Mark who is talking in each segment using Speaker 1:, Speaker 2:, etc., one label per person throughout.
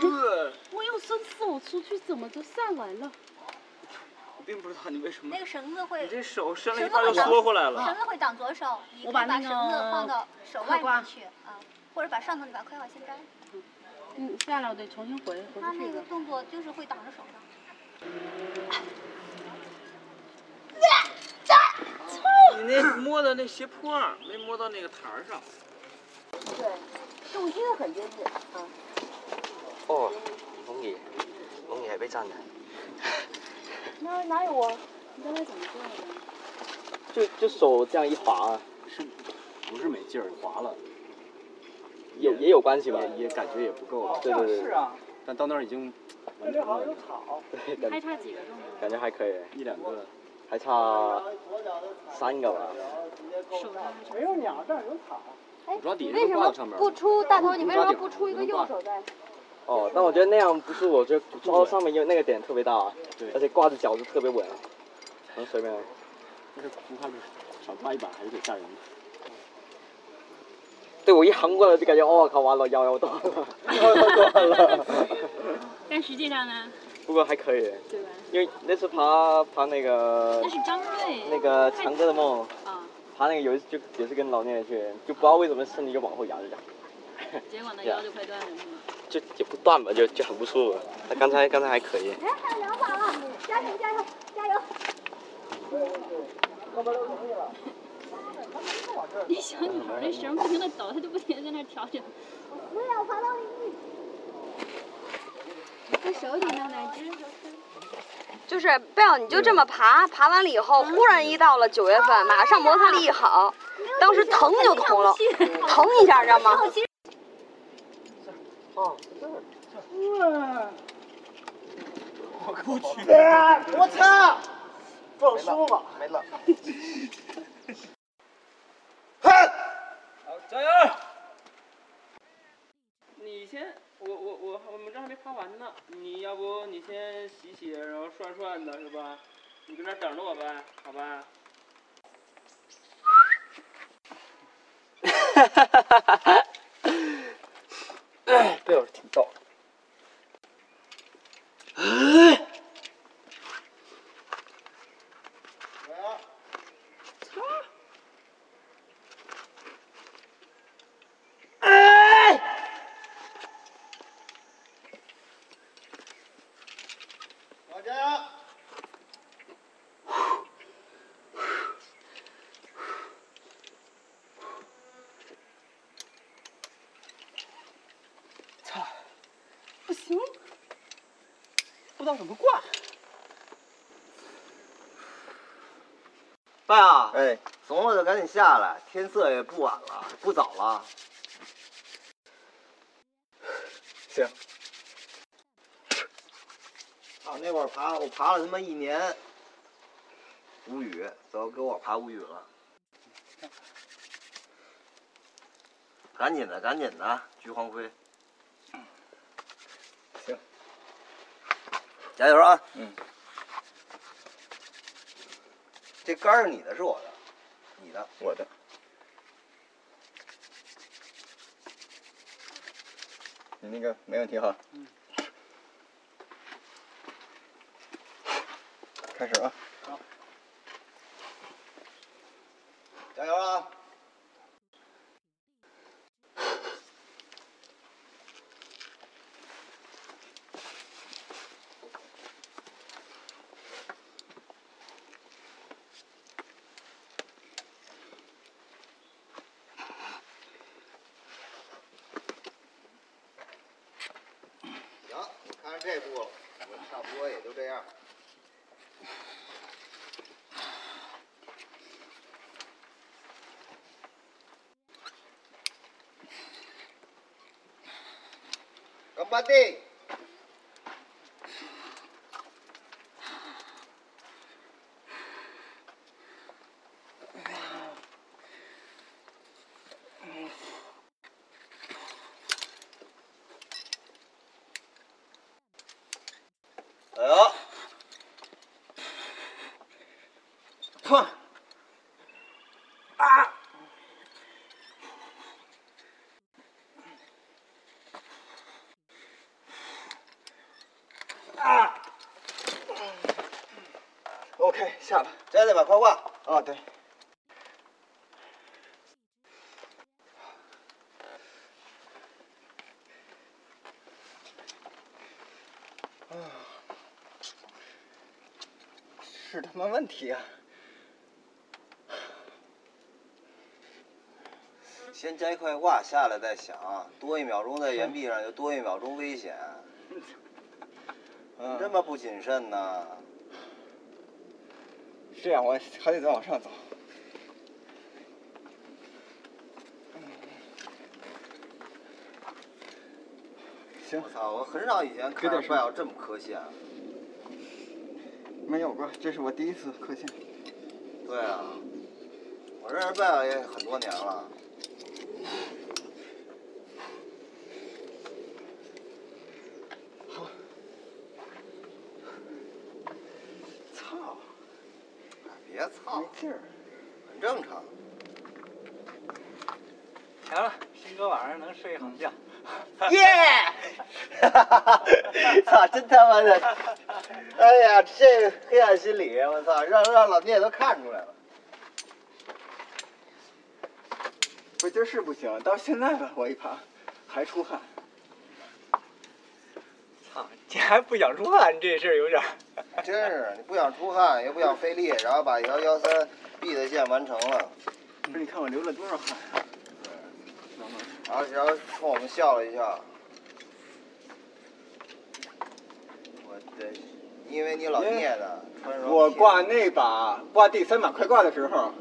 Speaker 1: 对，
Speaker 2: 我又生气，我出去怎么就下来了？
Speaker 1: 我并不知道你为什么
Speaker 3: 那，个绳子
Speaker 1: 你
Speaker 3: 会，
Speaker 1: 这手伸了一
Speaker 3: 绳子
Speaker 1: 半
Speaker 3: 会
Speaker 1: 就
Speaker 3: 挡
Speaker 1: 缩回来了。
Speaker 3: 绳子会挡左手，你可
Speaker 2: 我
Speaker 3: 以
Speaker 2: 把
Speaker 3: 把
Speaker 2: 那
Speaker 3: 绳
Speaker 2: 个
Speaker 3: 子放到手
Speaker 2: 快
Speaker 3: 腕
Speaker 2: 瓜
Speaker 3: 上去啊，或者把上头你把快瓜先摘，
Speaker 2: 嗯，下来我得重新回回
Speaker 3: 他
Speaker 2: 不
Speaker 3: 那
Speaker 2: 去
Speaker 3: 个
Speaker 2: 的。
Speaker 3: 动作就是会挡着手上。
Speaker 1: 你那摸的那斜坡儿没摸到那个台儿上。
Speaker 4: 重心很接近。
Speaker 5: 哦，龙姐，龙姐别站着，
Speaker 4: 哪哪有我？你刚才怎么做的？
Speaker 5: 就就手这样一划，啊是不是没劲儿划了？有也有关系吧，也感觉也不够。对对对，是啊。但到那儿已经，这里好像有草，对，感
Speaker 2: 还
Speaker 5: 觉
Speaker 2: 差几个钟头？
Speaker 5: 感觉还可以，一两个，还差三个吧。
Speaker 2: 手上还差
Speaker 4: 哎，
Speaker 5: 抓底
Speaker 4: 你
Speaker 5: 下
Speaker 4: 为什
Speaker 5: 挂
Speaker 4: 么
Speaker 5: 到上面
Speaker 4: 不出大头？你为什么不出一个
Speaker 5: 抓
Speaker 4: 右
Speaker 5: 底
Speaker 4: 手在？
Speaker 5: 哦，但我觉得那样不是，我觉得抓到上面因为那个点特别大，对，而且挂着脚就特别稳，啊很随便。啊但是不怕少抓一把还是挺吓人的。对，我一横过来就感觉，我、靠，完了，腰要断了，腰要断了。
Speaker 2: 但实际上呢，
Speaker 5: 不过还可以，
Speaker 2: 对吧？
Speaker 5: 因为那次爬爬那个
Speaker 2: 那是张瑞
Speaker 5: 那个长歌的梦，
Speaker 2: 啊，
Speaker 5: 爬那个有一次就也是跟老聂去，就不知道为什么身体就往后仰一仰，
Speaker 2: 结果呢腰就快断了，是吗？
Speaker 5: 就也不断吧，就就很不舒服。他刚才刚才还可以。
Speaker 3: 哎，还有两把了，加油加油加油！
Speaker 2: 那小女孩那绳不停的抖，她就不停的在那调整。
Speaker 3: 不要爬到你。
Speaker 4: 这手里弄的，
Speaker 6: 就是贝尔，你就这么爬，爬完了以后，忽然一到了九月份，马上摩擦力一好，当时疼就疼了，疼一下，知道吗？
Speaker 1: 加油！你先，我我我我们这还没爬完呢，你要不你先洗洗，然后涮涮的是吧？你搁这儿等着我呗，好吧？
Speaker 5: 贝尔挺逗。
Speaker 7: 爸啊，
Speaker 5: 哎，
Speaker 7: 怂了就赶紧下来，天色也不晚了，不早了。
Speaker 5: 行。
Speaker 7: 啊，那会儿爬，我爬了他妈一年，无语，都给我爬无语了。赶紧的，赶紧的，橘黄灰。
Speaker 5: 行。
Speaker 7: 加油啊！
Speaker 5: 嗯。
Speaker 7: 这杆儿是你的，是我的，你的。
Speaker 5: 我的。你那个没问题哈。
Speaker 7: 嗯
Speaker 5: 开始啊！
Speaker 7: 加油啊！行，我看看这步了，我差不多也就这样。干巴地。哎呦，碰！啊！啊下吧，摘了吧，快挂。哦，对。是他妈问题啊！先摘快挂，下来再想，多一秒钟在岩壁上就多一秒钟危险。
Speaker 5: 嗯
Speaker 7: 你这么不谨慎呢？
Speaker 5: 这样我还得再往上走。行
Speaker 7: 我，操！我很少以前看着怪要这么磕线。
Speaker 5: 没有过，这是我第一次磕线。
Speaker 7: 对啊，我认识怪要也很多年了。
Speaker 5: 操，
Speaker 7: 别操
Speaker 5: 没，劲儿。
Speaker 7: 很正常。
Speaker 8: 行了，鑫哥晚上能睡一好觉。
Speaker 7: 耶！哈哈哈！操，真他妈的！哎呀，这黑暗心理，我操，让让老聂都看出来了。
Speaker 5: 我今儿是不行，到现在了，我一爬还出汗。
Speaker 8: 操，你还不想出汗，这事儿有点儿。
Speaker 7: 真是，你不想出汗，也不想费力，然后把幺幺三 B 的线完成了，
Speaker 8: 嗯
Speaker 5: 不是，你看我流了多少汗？
Speaker 7: 啊然后然后冲我们笑了一下。我的，因为你老聂呢，穿双
Speaker 5: 我
Speaker 7: 鞋
Speaker 5: 挂那把挂第三把快挂的时候，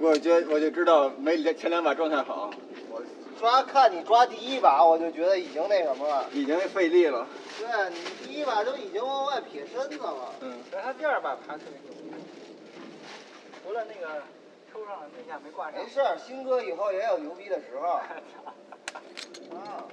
Speaker 5: 我觉我就知道没两前两把状态好，
Speaker 7: 我抓看你抓第一把，我就觉得已经那什么了。
Speaker 5: 已经费力了。
Speaker 7: 对你第一把都已经往外撇身子了。
Speaker 5: 嗯，
Speaker 8: 但他第二把爬特别牛，除了那个抽上的那下没挂上
Speaker 7: 没。事儿，新哥以后也有牛逼的时候。啊，